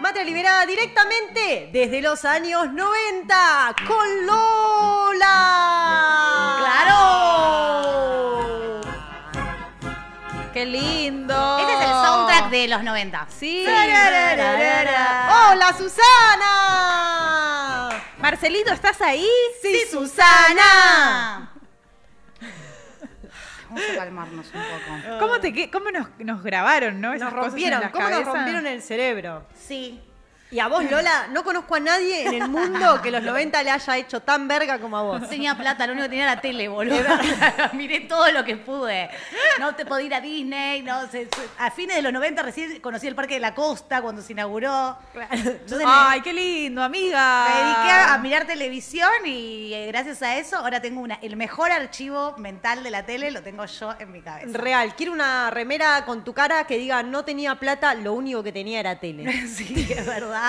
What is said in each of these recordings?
Matria liberada directamente desde los años 90 con Lola. ¡Claro! ¡Qué lindo! Este es el soundtrack de los 90. Sí. ¡Hola, Susana! Marcelito, ¿estás ahí? Sí, Susana. Vamos a calmarnos un poco. ¿Cómo, te, que- cómo nos, nos grabaron, no? Esas Nos cosas en rompieron, la ¿cómo nos cabeza. rompieron el cerebro? Sí. Y a vos, Lola, no conozco a nadie en el mundo que los 90 le haya hecho tan verga como a vos. No tenía plata, lo único que tenía era la tele, boludo. Miré todo lo que pude. No te podía ir a Disney. No, sé. a fines de los 90 recién conocí el Parque de la Costa cuando se inauguró. Entonces me- ¡Ay, qué lindo, amiga! Me dediqué a mirar televisión y eh, gracias a eso ahora tengo una, el mejor archivo mental de la tele lo tengo yo en mi cabeza. Real, quiero una remera con tu cara que diga no tenía plata, lo único que tenía era tele. sí, es verdad. Es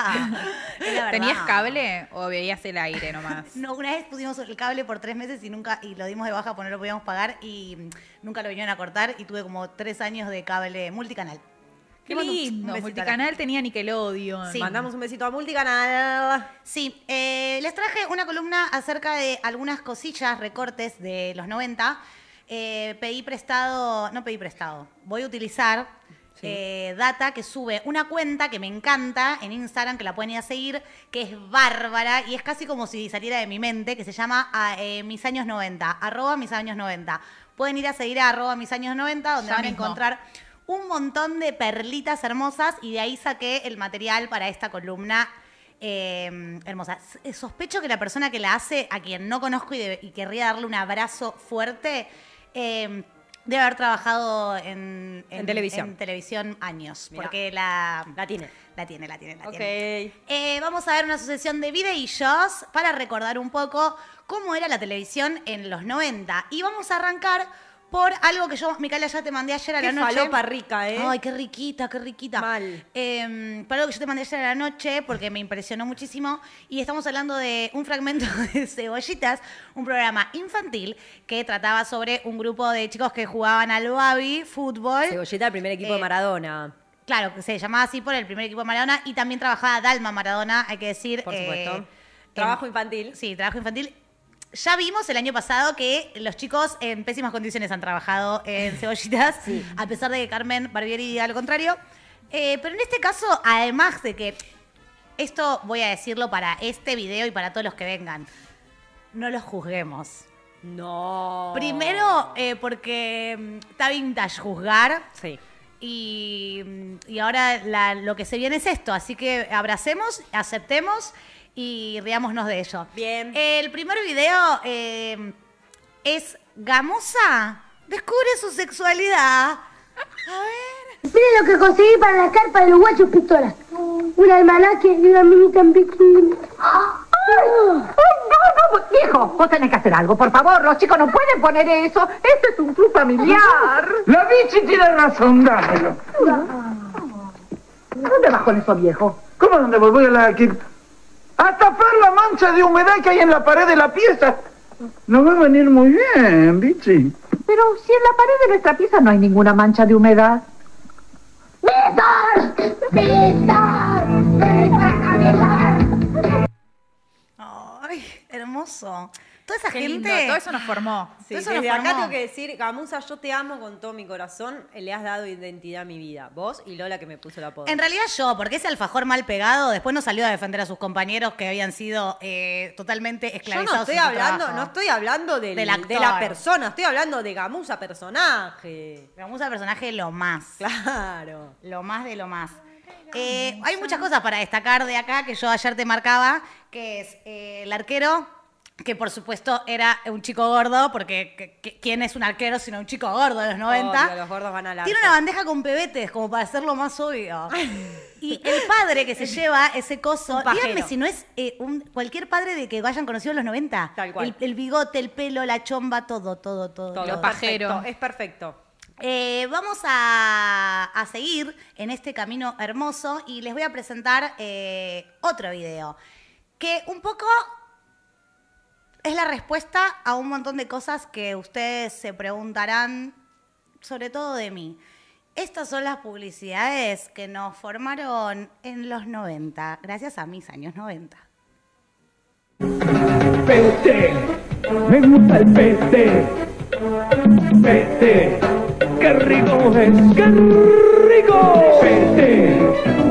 la verdad. ¿Tenías cable o veías el aire nomás? No, una vez pusimos el cable por tres meses y nunca y lo dimos de baja porque no lo podíamos pagar y mm, nunca lo vinieron a cortar y tuve como tres años de cable multicanal. Te Qué mando un- un lindo. besito, Multicanal tenía Nickelodeon. Sí. Mandamos un besito a Multicanal. Sí, eh, les traje una columna acerca de algunas cosillas, recortes de los 90. Eh, pedí prestado, no pedí prestado, voy a utilizar eh, data que sube una cuenta que me encanta en Instagram, que la pueden ir a seguir, que es bárbara y es casi como si saliera de mi mente, que se llama ah, eh, Mis Años 90, arroba Mis Años 90. Pueden ir a seguir a arroba Mis Años 90, donde Ya van a mismo. encontrar un montón de perlitas hermosas y de ahí saqué el material para esta columna eh, hermosa. S- Sospecho que la persona que la hace, a quien no conozco y, de- y querría darle un abrazo fuerte, eh, debe haber trabajado en, En televisión. en televisión años, Mirá. porque la, La tiene. la tiene, la tiene, la Ok. tiene. Eh, vamos a ver una sucesión de videillos para recordar un poco cómo era la televisión en los 90. Y vamos a arrancar por algo que yo, Micaela, ya te mandé ayer a Qué la noche. falopa rica, ¿eh? Ay, qué riquita, qué riquita. Mal. Eh, para algo que yo te mandé ayer a la noche porque me impresionó muchísimo. Y estamos hablando de un fragmento de Cebollitas, un programa infantil que trataba sobre un grupo de chicos que jugaban al babi, fútbol. Cebollita, el primer equipo Eh, de Maradona. Claro, que se llamaba así por el primer equipo de Maradona y también trabajaba Dalma Maradona, hay que decir. Por eh, supuesto. Em, en- Trabajo infantil. Sí, trabajo infantil. Ya vimos el año pasado que los chicos en pésimas condiciones han trabajado en cebollitas, a pesar de que Carmen Barbieri diga lo contrario. Eh, pero en este caso, además de que esto voy a decirlo para este video y para todos los que vengan, no los juzguemos. No. Primero, eh, porque mm, está vintage juzgar. Sí. Y, y ahora la- lo que se viene es esto, así que abracemos, aceptemos y riámonos de ello. Bien. El primer video eh, es Gamusa descubre su sexualidad. Miren lo que conseguí para la carpa de los guachos pistolas. Un almanaque y una minita en bikini. No, no, viejo, vos tenés que hacer algo, por favor. Los chicos no pueden poner eso. Este es un club familiar. La bichi tiene razón, dámelo. ¿A dónde vas con eso, viejo? ¿Cómo dónde voy? Voy a la... que- A tapar la mancha de humedad que hay en la pared de la pieza. No va a venir muy bien, bichi. Pero si en la pared de nuestra pieza no hay ninguna mancha de humedad. ¡Pitar! ¡Pitar! ¡Pitar a bailar! Ay, hermoso. Toda esa Qué gente... lindo. Todo eso nos formó. Sí, Todo eso desde nos acá formó. tengo que decir, Gamusa, yo te amo con todo mi corazón. Le has dado identidad a mi vida. Vos y Lola que me puso el apodo. En realidad yo, porque ese alfajor mal pegado después no salió a defender a sus compañeros que habían sido eh, totalmente yo esclavizados. no estoy en su hablando, trabajo. no estoy hablando del- Del actor. de la persona, estoy hablando de Gamusa personaje. Gamusa personaje lo más. Claro. Lo más de lo Ah, más. Eh, hay muchas cosas para destacar de acá que yo ayer te marcaba, que es eh, el arquero, que por supuesto era un chico gordo, porque que- que- ¿quién es un arquero sino un chico gordo de los 90? Obvio, los gordos van al arco. Tiene una bandeja con pebetes, como para hacerlo más obvio. Y el padre que se lleva ese coso, Un pajero. díganme si no es eh, un- cualquier padre de que hayan conocido en los 90. Tal cual. El, el bigote, el pelo, la chomba, todo, todo, todo. Todo. Lo pajero. Perfecto, es perfecto. Eh, vamos a, a seguir en este camino hermoso y les voy a presentar eh, otro video que un poco es la respuesta a un montón de cosas que ustedes se preguntarán, sobre todo de mí. Estas son las publicidades que nos formaron en los 90, gracias a mis años 90. Pete, me gusta el pete. Pete, qué rico es, qué rico. Pete,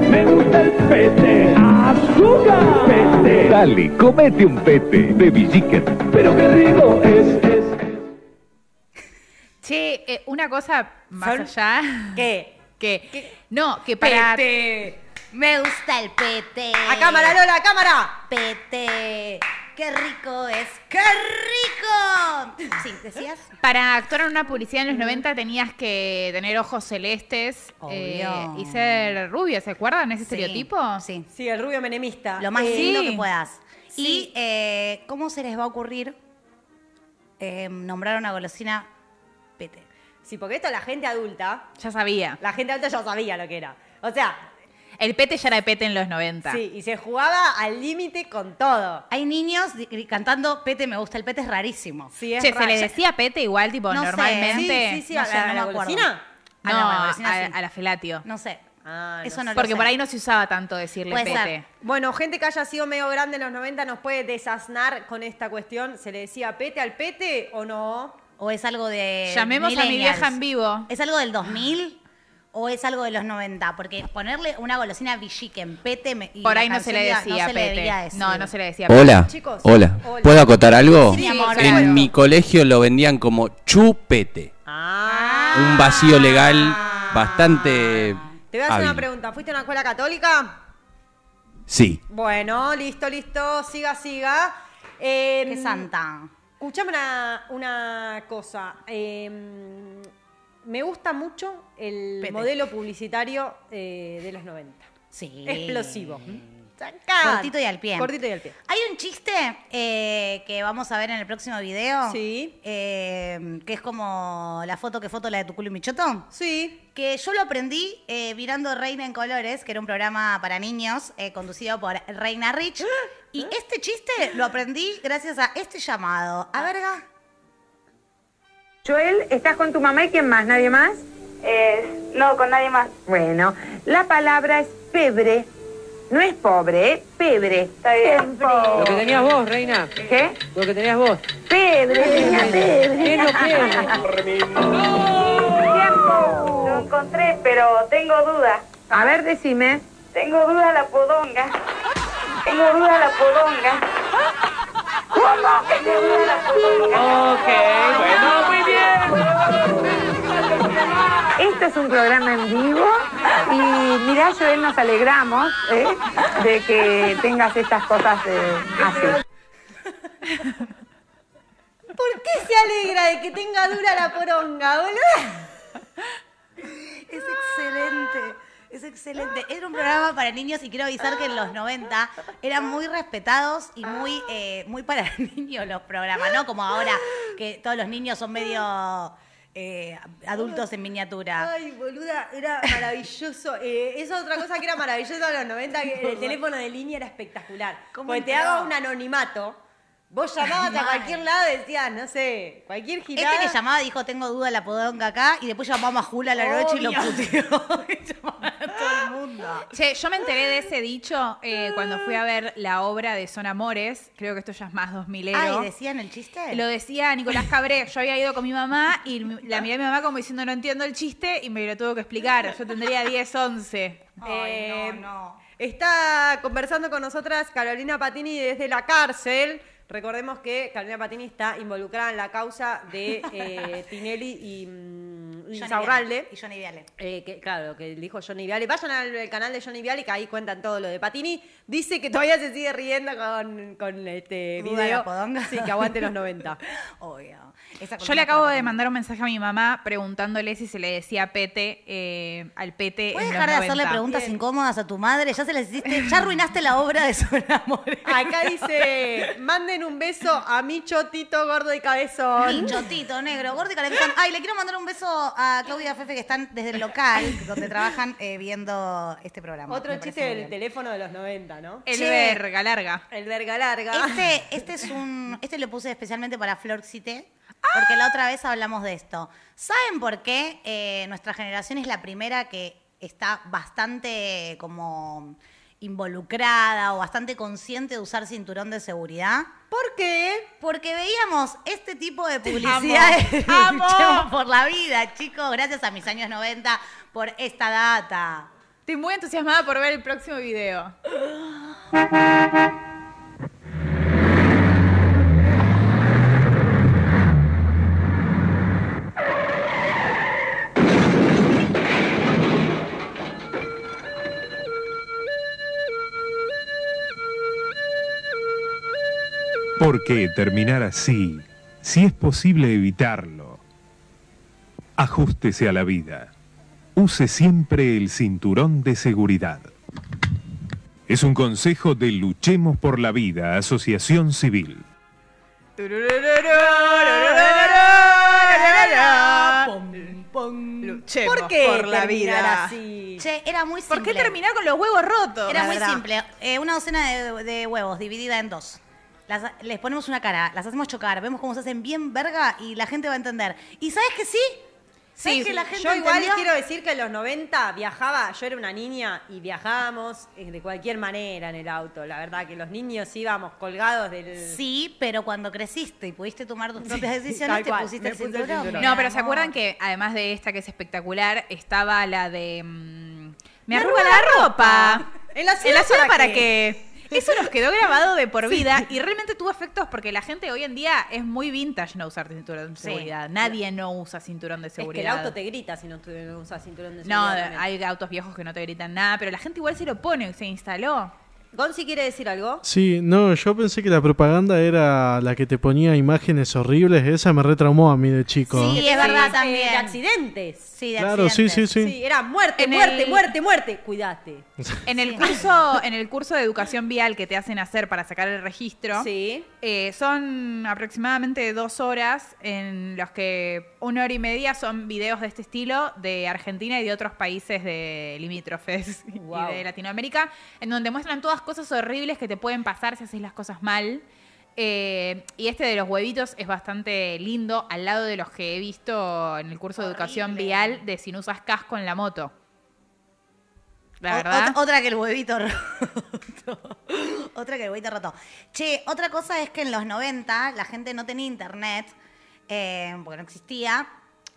me gusta el pete. Azúcar. Pete, Dale, comete un pete. Baby chicken. pero qué rico es, es. Che, eh, una cosa más Sol- allá. ¿Qué? Que, no, que para. Pete. Me gusta el pete. ¡A cámara, Lola, a cámara! Pete. Qué rico es. ¡Qué rico! Sí, decías. Para actuar en una publicidad en los 90 tenías que tener ojos celestes Obvio. eh, y ser rubio, ¿se acuerdan ese Sí, estereotipo? Sí. Sí, el rubio menemista. Lo más Eh, lindo sí. que puedas. Sí. Y eh, ¿cómo se les va a ocurrir eh, nombrar una golosina pete? Sí, porque esto la gente adulta, Ya sabía. la gente adulta ya sabía lo que era. O sea, El pete ya era pete en los 90. sí, y se jugaba al límite con todo. Hay niños di- gri- cantando pete me gusta, el pete es rarísimo. Sí, es Che, raro. se le decía pete igual, tipo, No sé. normalmente. Sí, sí, sí, No a, sé, la, no a la me acuerdo. golosina. No, A la a, golosina sí. a la felatio. No sé. Ah, no Eso no, lo Porque sé. por ahí no se usaba tanto decirle Puede pete. ser. Bueno, gente que haya sido medio grande en los 90 nos puede desaznar con esta cuestión. ¿Se le decía pete al pete o no? ¿O es algo de. Llamemos a mi millennials? vieja en vivo. ¿Es algo del 2000 o es algo de los 90? Porque ponerle una golosina bichique en pete. me- y Por la ahí no se le canción diga, decía no se le pete. debía decir. no, no se le decía Hola, Chicos, hola. hola. ¿Puedo acotar algo? Sí, mi amor, Sí, en claro. mi colegio lo vendían como chupete. Ah. Un vacío legal bastante. Te voy a hacer una hábil. pregunta. ¿Fuiste a una escuela católica? Sí. Bueno, listo, listo. Siga, siga. Eh, Qué santa. Escuchame una, una cosa. Eh, me gusta mucho el Pete. modelo publicitario eh, de los 90. Sí. Explosivo. Sacá. Cortito y al pie. Cortito y al pie. Hay un chiste eh, que vamos a ver en el próximo video. Sí. eh, que es como la foto que foto la de tu culo y michoto. Sí. Que yo lo aprendí eh, mirando Reina en Colores, que era un programa para niños eh, conducido por Reina Rich. Y ¿Eh? este chiste lo aprendí gracias a este llamado. A verga. Joel, ¿estás con tu mamá y quién más? ¿Nadie más? no, con nadie más. Bueno, la palabra es pebre. No es pobre, ¿eh? Pebre. Está bien. Lo que tenías vos, reina. ¿Qué? Lo que tenías vos. Pebre. Tiempo. Lo encontré, pero tengo dudas. A ver, decime. Tengo duda la podonga. Tengo duda la podonga. ¿Cómo? Tengo duda la podonga. Ok, bueno, muy bien. Este es un programa en vivo y mirá, Joel, nos alegramos ¿eh? de que tengas estas cosas eh, así. ¿Por qué se alegra de que tenga dura la poronga, boludo? Es excelente, es excelente. Era un programa para niños y quiero avisar que en los 90 eran muy respetados y muy, eh, muy para niños los programas, ¿no? Como ahora que todos los niños son medio eh, adultos en miniatura. Ay, boluda, era maravilloso. Eh, esa otra cosa que era maravillosa de los 90, que el teléfono de línea era espectacular. ¿Cómo Porque te entraba? daba un anonimato, vos llamabas a Mal. cualquier lado y decías, no sé, cualquier girada. Este que llamaba dijo, tengo duda la podonga acá, y después llamamos a Jula a la noche y lo Obvio. puteó. Y llamaba a todo el mundo. Che, yo me enteré de ese dicho eh, cuando fui a ver la obra de Son Amores. Creo que esto ya es más 2000 Ay, Ah, ¿decían el chiste? Lo decía Nicolás Cabré. Yo había ido con mi mamá y m- la miré a mi mamá como diciendo no entiendo el chiste y me lo tuvo que explicar. Yo tendría 10, 11. Eh, Ay, no, no. Está conversando con nosotras Carolina Patini desde la cárcel. Recordemos que Carolina Patini está involucrada en la causa de eh, Tinelli y, mm, y Johnny Insaurralde. Viale, Y Johnny Viale. Eh, que, claro, que dijo Johnny Viale. Vayan al, al canal de Johnny Viale, que ahí cuentan todo lo de Patini. Dice que todavía se sigue riendo con, con este Duda la video. podonga. Sí, que aguante los 90. Obvio. Esa Yo le columna acabo para de Podonga. mandar un mensaje a mi mamá preguntándole si se le decía pete eh, al pete. ¿Puedes en dejar de los hacerle 90? preguntas incómodas a tu madre? Ya se las hiciste, ya arruinaste la obra de Sonamores. Acá dice, manden un beso a mi chotito gordo y cabezón. Pinchotito, negro, gordo y calentón. Ay, le quiero mandar un beso a Claudia Fefe que están desde el local donde trabajan eh, viendo este programa. Otro Me chiste parece muy del bien. teléfono de los 90, ¿no? El Che. verga, larga. El verga larga. Ah. Este, este es un. Este lo puse especialmente para Florxite, porque la otra vez hablamos de esto. ¿Saben por qué eh, nuestra generación es la primera que está bastante como involucrada o bastante consciente de usar cinturón de seguridad? ¿Por qué? Porque veíamos este tipo de publicidades Amo, amo. por la vida, chicos, gracias a mis años 90 por esta data. Estoy muy entusiasmada por ver el próximo video. ¿Por qué terminar así si es posible evitarlo? Ajústese a la vida. Use siempre el cinturón de seguridad. Es un consejo de Luchemos por la Vida, Asociación Civil. Luchemos ¿Por qué por la terminar vida. así? Che, era muy simple. ¿Por qué terminar con los huevos rotos? Era La muy verdad. simple. Eh, una docena de, de huevos dividida en dos. Las- les ponemos una cara, las hacemos chocar, vemos cómo se hacen bien verga y la gente va a entender. ¿Y sabes que sí? ¿Sabes Sí, que la gente yo igual entendió? quiero decir que en los 90 viajaba, yo era una niña y viajábamos eh, de cualquier manera en el auto. La verdad que los niños íbamos colgados del... Sí, pero cuando creciste y pudiste tomar tus propias tal decisiones, te cual, pusiste me el puse el cinturón. cinturón. No, pero ¿se acuerdan que además de esta que es espectacular, estaba la de. mm, me arruga la ropa. ¿En la ciudad ¿En la ciudad para para qué? Eso nos quedó grabado de por vida y realmente tuvo efectos porque la gente hoy en día es muy vintage no usar cinturón de Sí. seguridad. Nadie no usa cinturón de Es que el seguridad. auto te grita si no, tu- no usas cinturón de No, seguridad. también. hay autos viejos que no te gritan nada, pero la gente igual se lo pone, se instaló. ¿Gonzi quiere decir algo? Sí, no, yo pensé que la propaganda era la que te ponía imágenes horribles. Esa me retraumó a mí de chico. Sí, es verdad Eh, también. de accidentes. Sí, de claro, sí, sí, accidentes. sí, Sí, era muerte, En muerte, el- muerte, muerte. Cuidate. En el curso, en el curso de educación vial que te hacen hacer para sacar el registro, Sí. eh, son aproximadamente dos horas en los que una hora y media son videos de este estilo de Argentina y de otros países de limítrofes Wow. y de Latinoamérica, en donde muestran todas cosas horribles que te pueden pasar si haces las cosas mal. Eh, y este de los huevitos es bastante lindo al lado de los que he visto en el curso de educación vial de si no usas casco en la moto. La O- verdad. ot- otra que el huevito roto. otra que el huevito roto. Che, otra cosa es que en los 90 la gente no tenía internet, eh, porque no existía.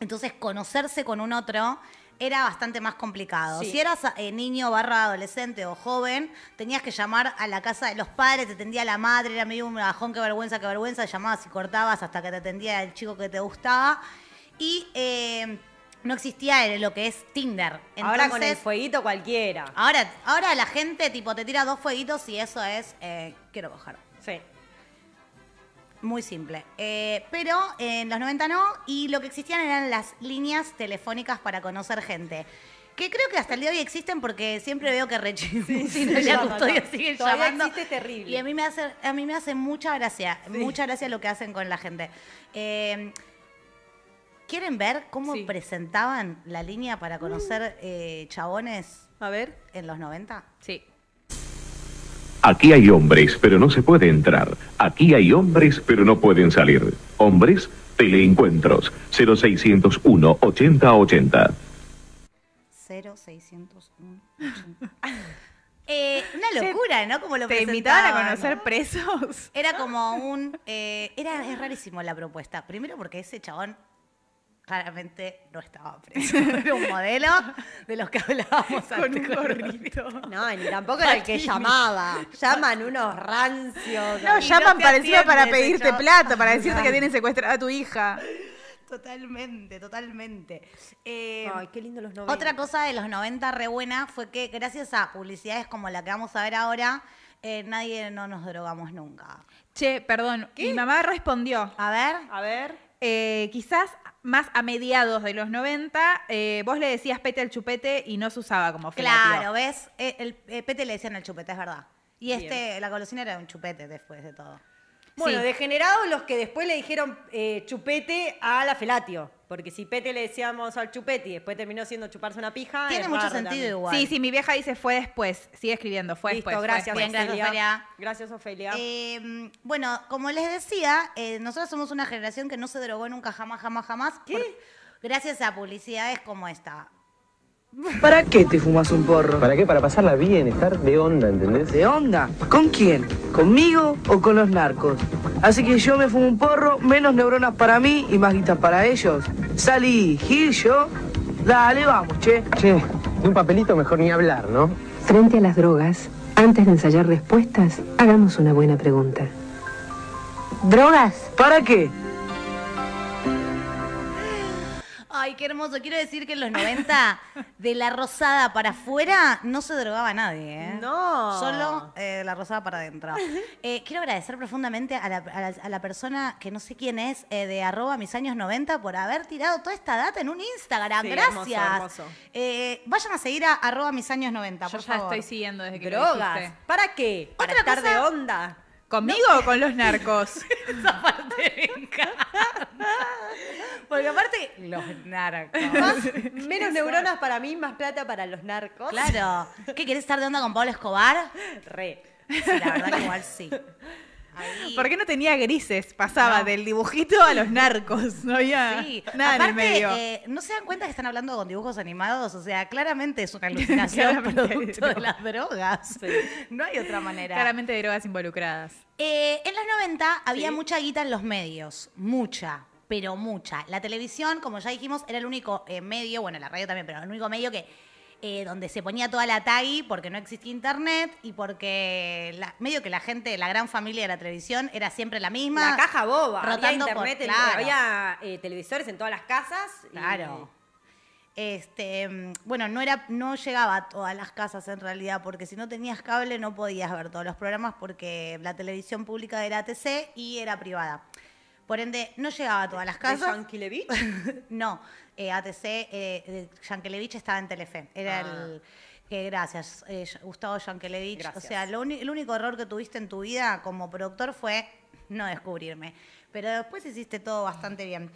Entonces, conocerse con un otro era bastante más complicado. Sí. Si eras eh, niño barra adolescente o joven, tenías que llamar a la casa de los padres, te atendía la madre, era medio un bajón, qué vergüenza, qué vergüenza, llamabas y cortabas hasta que te atendía el chico que te gustaba. Y eh, no existía lo que es Tinder. Ahora con el Entonces, fueguito cualquiera. Ahora, ahora la gente tipo te tira dos fueguitos y eso es eh, quiero bajar. Sí. Muy simple. Eh, pero eh, en los 90 no, y lo que existían eran las líneas telefónicas para conocer gente. Que creo que hasta el día de hoy existen porque siempre veo que Rechi si no sí, la llama, custodia no. siguen Todavía llamando. existe, es terrible. Y a mí me hace, a mí me hace mucha gracia, mucha gracia lo que hacen con la gente. Eh, ¿Quieren ver cómo Sí. presentaban la línea para Mm. conocer eh, chabones A ver. en los 90? Sí. Aquí hay hombres, pero no se puede entrar. Aquí hay hombres, pero no pueden salir. Hombres, teleencuentros, 0601 8080. 0601. eh, una locura, ¿no? Como lo Te invitaban a presentaban. conocer presos. Era como un. eh, era, es rarísimo la propuesta. Primero porque ese chabón claramente no estaba preso. Era un modelo de los que hablábamos con un antes. gorrito. No, ni tampoco era el que llamaba. Llaman unos rancios. No, Y llaman no te para encima para atiende, pedirte chavo. plata, para decirte que tienen secuestrada a tu hija. Totalmente, totalmente. Eh, Ay, qué lindo los 90. Otra cosa de los 90 re buena fue que gracias a publicidades como la que vamos a ver ahora, eh, nadie no nos drogamos nunca. Che, perdón, mi mamá respondió. A ver. A ver. eh, quizás más a mediados de los 90, eh, vos le decías pete al chupete y no se usaba como Claro, felativo. ¿ves? Eh, El, eh, pete le decían el chupete, es verdad. Y Bien. este, la golosina era un chupete después de todo. Bueno, Sí. degenerados los que después le dijeron eh, chupete a la felatio. Porque si pete le decíamos al chupete y después terminó siendo chuparse una pija. Ah, es barro también. Sí, sí, mi vieja dice fue después. Sigue escribiendo, fue Listo, después. fue gracias, después. Ofelia. Pues, Bien, gracias, Gracias, Ofelia. Eh, bueno, como les decía, eh, nosotros somos una generación que no se drogó nunca, jamás, jamás, jamás. por- gracias a publicidades como esta. ¿Para qué te fumas un porro? ¿Para qué? Para pasarla bien, estar de onda, ¿entendés? ¿De onda? ¿Con quién? ¿Conmigo o con los narcos? Así que yo me fumo un porro, menos neuronas para mí y más guitas para ellos. Salí, Gil, yo. Dale, vamos, che. Che, de un papelito mejor ni hablar, ¿no? Frente a las drogas, antes de ensayar respuestas, hagamos una buena pregunta. ¿Drogas? ¿Para qué? Ay, qué hermoso. Quiero decir que en los 90, de la rosada para afuera, no se drogaba nadie. ¿eh? No. Solo eh, la rosada para adentro. Eh, quiero agradecer profundamente a la, a la- a la persona que no sé quién es, eh, de arroba mis años 90, por haber tirado toda esta data en un Instagram. Sí, hermoso, Gracias. hermoso. Eh, vayan a seguir a arroba mis años 90, Yo por ya favor. estoy siguiendo desde que lo Drogas. dijiste. ¿Para qué? Para estar de onda. ¿Conmigo o con los narcos? Porque aparte, los narcos. Más- menos neuronas para mí, más plata para los narcos. Claro. ¿Qué querés estar de onda con Pablo Escobar? Re. Sí, la verdad que igual sí. ¿Por qué no tenía grises? Pasaba del dibujito a los narcos. No había Sí. nada en Aparte, el medio. eh, no se dan cuenta que están hablando con dibujos animados, o sea, claramente es una alucinación Claramente hay producto de droga. las drogas. No hay otra manera. Claramente de drogas involucradas. Eh, en los 90 había mucha guita en los medios, mucha, pero mucha. La televisión, como ya dijimos, era el único eh, medio, bueno, la radio también, pero el único medio que eh, donde se ponía toda la tagui porque no existía internet y porque la- medio que la gente, la gran familia de la televisión era siempre la misma. La caja boba. Había Rotando internet, por, en- claro. había eh, televisores en todas las casas. y- Claro. Este, mm, bueno, no era, no llegaba a todas las casas en realidad, porque si no tenías cable no podías ver todos los programas porque la televisión pública era ATC y era privada. Por ende, no llegaba a todas las ¿De casas. Yankelevich? no, eh, ATC, eh, de Yankelevich estaba en Telefe. Era Ah. el. que gracias, eh, Gustavo Yankelevich. Gracias. O sea, lo uni- el único error que tuviste en tu vida como productor fue no descubrirme. Pero después hiciste todo bastante bien.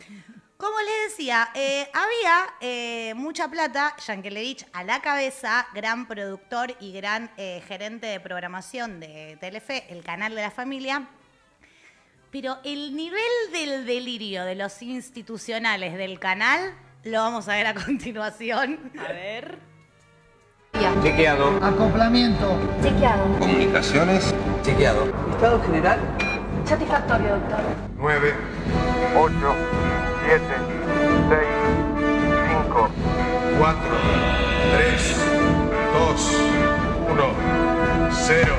Como les decía, eh, había eh, mucha plata, Yankelevich a la cabeza, gran productor y gran eh, gerente de programación de Telefe, el canal de la familia. Pero el nivel del delirio de los institucionales del canal lo vamos a ver a continuación. A ver. Chequeado. Acoplamiento. Chequeado. Comunicaciones. Chequeado. Estado general. Satisfactorio, doctor. 9, 8, 7, 6, 5, 4, 3, 2, 1, 0.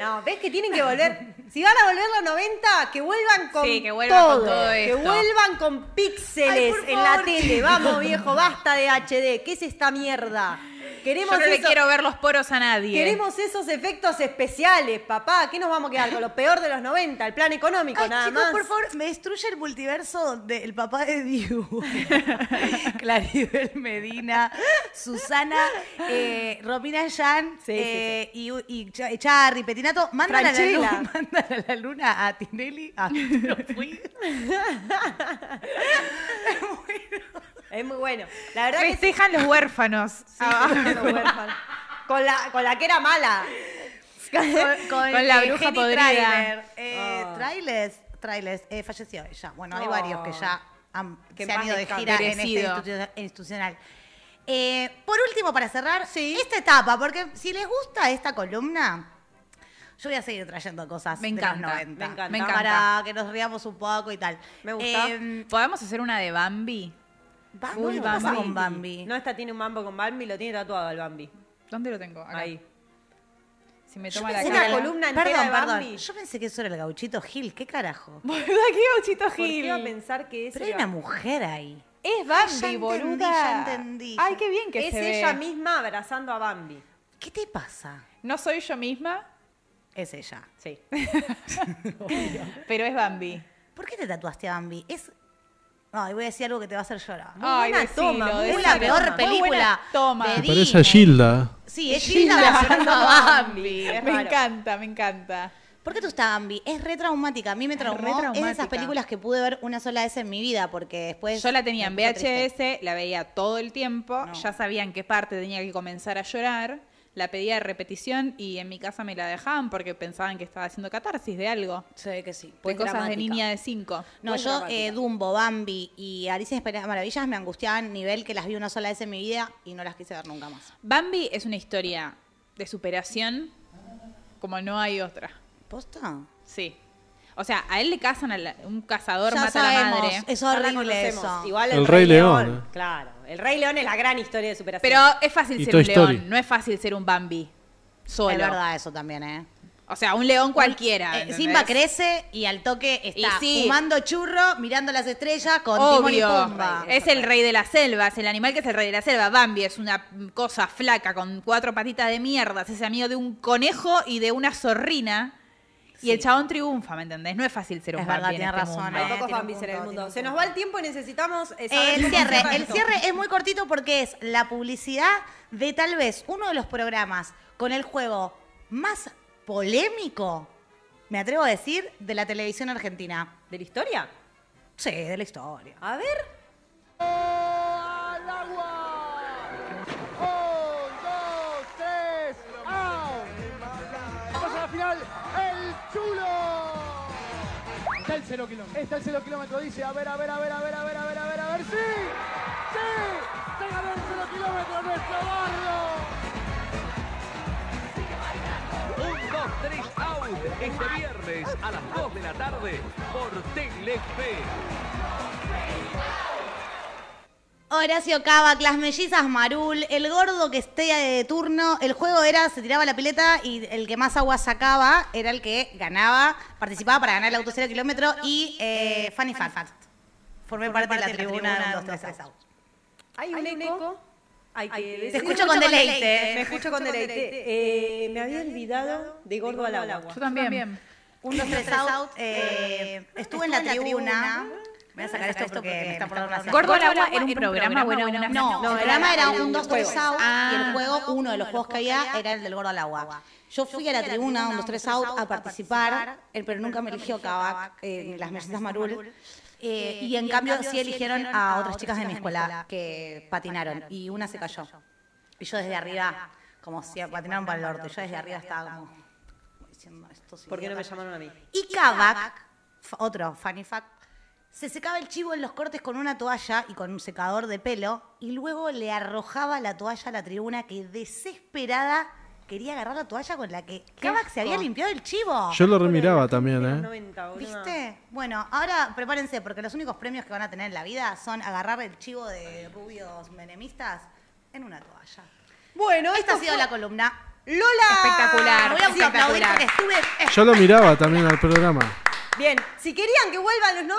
No, ves que tienen que volver. Si van a volver los 90, que vuelvan con Sí, que vuelvan con todo. todo que esto. vuelvan con Ay, píxeles por en la favor. tele. Vamos, viejo, basta de HD. ¿Qué es esta mierda? Queremos Yo no le eso- quiero ver los poros a nadie. Queremos esos efectos especiales, papá. ¿Qué nos vamos a quedar? Con lo peor de los 90, el plan económico, Ay, nada chicos, más. por favor, me destruye el multiverso del papá de Diego. Claribel Medina, Susana, eh, Romina Yan sí, eh, y, y Cha- Charry, Petinato. Mandan a, la Franchella. luna, mandan a la luna a Tinelli. Ah, no fui. Es muy bueno. La verdad que sí, Festejan los huérfanos. Ah, sí, los huérfanos. con, la, con la que era mala. con, Con la bruja podrida. eh, Trailer, eh, Oh. Trailers, trailers, eh, falleció ella. Bueno, hay Oh. varios que ya han, Que en se han paz ido de descanse. gira en este Merecido. institu- institucional. Eh, por último, para cerrar, esta etapa, porque si les gusta esta columna, yo voy a seguir trayendo cosas Me de los encanta, 90, me encanta. para Me encanta. que nos riamos un poco y tal. Eh, Me gusta. Mm, ¿Podemos hacer una de Bambi? Bambi, Full ¿qué pasa Bambi. con Bambi? No, esta tiene un mambo con Bambi, lo tiene tatuado al Bambi. ¿Dónde lo tengo? Acá. Ahí. si me toma la pensé cara. que la columna entera perdón, de perdón. Bambi. Yo pensé que eso era el gauchito Gil, ¿qué carajo? ¿Verdad que gauchito ¿Por qué Gil? iba a pensar que es Pero hay una mujer ahí. Es Ah, Bambi, ya entendí, boluda. ya entendí. Ay, qué bien que es se ella ve. misma abrazando a Bambi. ¿Qué te pasa? No soy yo misma, Es ella. Sí. pero es Bambi. ¿Por qué te tatuaste a Bambi? Es. Ay, voy a decir algo que te va a hacer llorar. Muy Ay, buena decilo, toma, muy decilo. buena Ah, Muy peor buena película. toma. de Me Me parece a Gilda. Sí, es Gilda Gilda abrazando a abrazando Bambi. es me raro. encanta, me encanta. ¿Por qué tú estás Bambi? Es re traumática. A mí me re traumó. Es de esas traumática. películas que pude ver una sola vez en mi vida, porque después. Yo la tenía en Pues, me puso VHS, triste. la veía todo el tiempo, ya sabía en qué parte tenía que comenzar a llorar, la pedía de repetición y en mi casa me la dejaban porque pensaban que estaba haciendo catarsis de algo. Se ve que sí. De Pues cosas de dramática. niña de 5. No, yo, eh, Dumbo, Bambi y Alicia en el País de las Maravillas me angustiaban nivel que las vi una sola vez en mi vida y no las quise ver nunca más. Bambi es una historia de superación como no hay otra. ¿Posta? Sí. O sea, a él le cazan a la- un cazador, Ya mata a la sabemos, madre. es Ya la horrible conocemos. eso. Igual el, El Rey León, eh. Claro. El Rey León es la gran historia de superación. Pero es fácil Y ser Toy un Story. león, no es fácil ser un Bambi solo. Es verdad eso también, ¿eh? O sea, un león cualquiera. Eh, ¿entendés? Simba crece y al toque está Y sí. fumando churro, mirando las estrellas con Timón y Pumba. Obvio, es el rey de las selvas, el animal que es el rey de la selva. Bambi es una cosa flaca con cuatro patitas de mierda, es amigo de un conejo y de una zorrina. Y el chabón triunfa, ¿me entendés? No es fácil ser un Es Bambi verdad, en tiene este razón, mundo. eh, Hay pocos tiene un Bambis en el punto, mundo. Se nos va el tiempo y necesitamos eh, saber El cómo cierre, cerrar el esto. cierre es muy cortito porque es la publicidad de tal vez uno de los programas con el juego más polémico, me atrevo a decir, de la televisión argentina. ¿De la historia? Sí, de la historia. A ver. Vamos a la final, el chulo. Está el cero kilómetro. Está el cero kilómetro, dice, a ver, a ver, a ver, a ver, a ver, a ver, a ver, a ver, sí, sí, se ganó el cero kilómetro nuestro barrio. Un, dos, tres, out. Este viernes a las 2 de la tarde por Telefe. Horacio Cava, Clas Mellizas, Marul, el gordo que esté de turno. El juego era, se tiraba la pileta y el que más agua sacaba era el que ganaba, participaba para ganar el auto cero kilómetro y eh, Fanny Fat. Formé parte, de la tribuna, de un, dos, tres, out. Hay un eco. Hay que decir- Te escucho con deleite. Me escucho con deleite. Eh, me había olvidado de gordo al agua. Yo también. Un, dos, tres, out. Eh, estuve en la tribuna. Me voy a sacar esto porque me está por dar una sed. Gordo al agua era un programa, bueno, una No, el programa era un 2 3 out y el juego, uno de los juegos que había, era el del gordo al agua. Yo fui a la tribuna, un 2 3 out, a participar, eh, pero nunca me eligió Kavak, eh, ni las mesitas Marul. Eh, y en cambio sí eligieron a otras chicas de mi escuela que patinaron y una se cayó. Y yo desde arriba, como si patinaron para el orto, y yo desde arriba estaba como diciendo esto. ¿Por qué no me llamaron a mí? Y Kavak, f- otro funny fact, se secaba el chivo en los cortes con una toalla y con un secador de pelo y luego le arrojaba la toalla a la tribuna que desesperada quería agarrar la toalla con la que Kavak se había limpiado el chivo. Yo lo remiraba también, ¿eh? ¿Viste? Bueno, ahora prepárense porque los únicos premios que van a tener en la vida son agarrar el chivo de rubios menemistas en una toalla. Bueno, esta ha sido la columna. Lola. Espectacular, Voy a aplaudir espectacular. porque estuve Yo lo miraba también al programa. Bien, si querían que vuelvan los 90,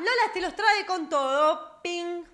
Lola te los trae con todo. Ping.